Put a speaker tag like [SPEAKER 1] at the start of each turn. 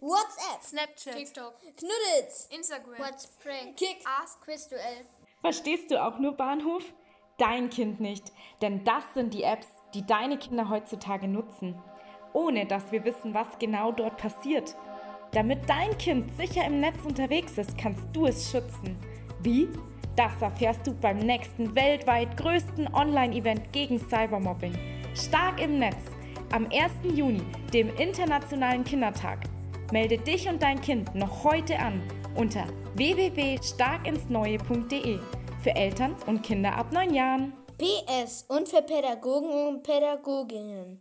[SPEAKER 1] WhatsApp,
[SPEAKER 2] Snapchat,
[SPEAKER 3] TikTok,
[SPEAKER 1] Knuddels,
[SPEAKER 2] Instagram,
[SPEAKER 3] What's Prank,
[SPEAKER 1] Kick,
[SPEAKER 2] Ask,
[SPEAKER 3] Quizduell.
[SPEAKER 4] Verstehst du auch nur Bahnhof? Dein Kind nicht, denn das sind die Apps, die deine Kinder heutzutage nutzen, ohne dass wir wissen, was genau dort passiert. Damit dein Kind sicher im Netz unterwegs ist, kannst du es schützen. Wie? Das erfährst du beim nächsten weltweit größten Online-Event gegen Cybermobbing. Stark im Netz. Am 1. Juni, dem Internationalen Kindertag. Melde dich und dein Kind noch heute an unter www.starkinsneue.de für Eltern und Kinder ab 9 Jahren.
[SPEAKER 1] PS und für Pädagogen und Pädagoginnen.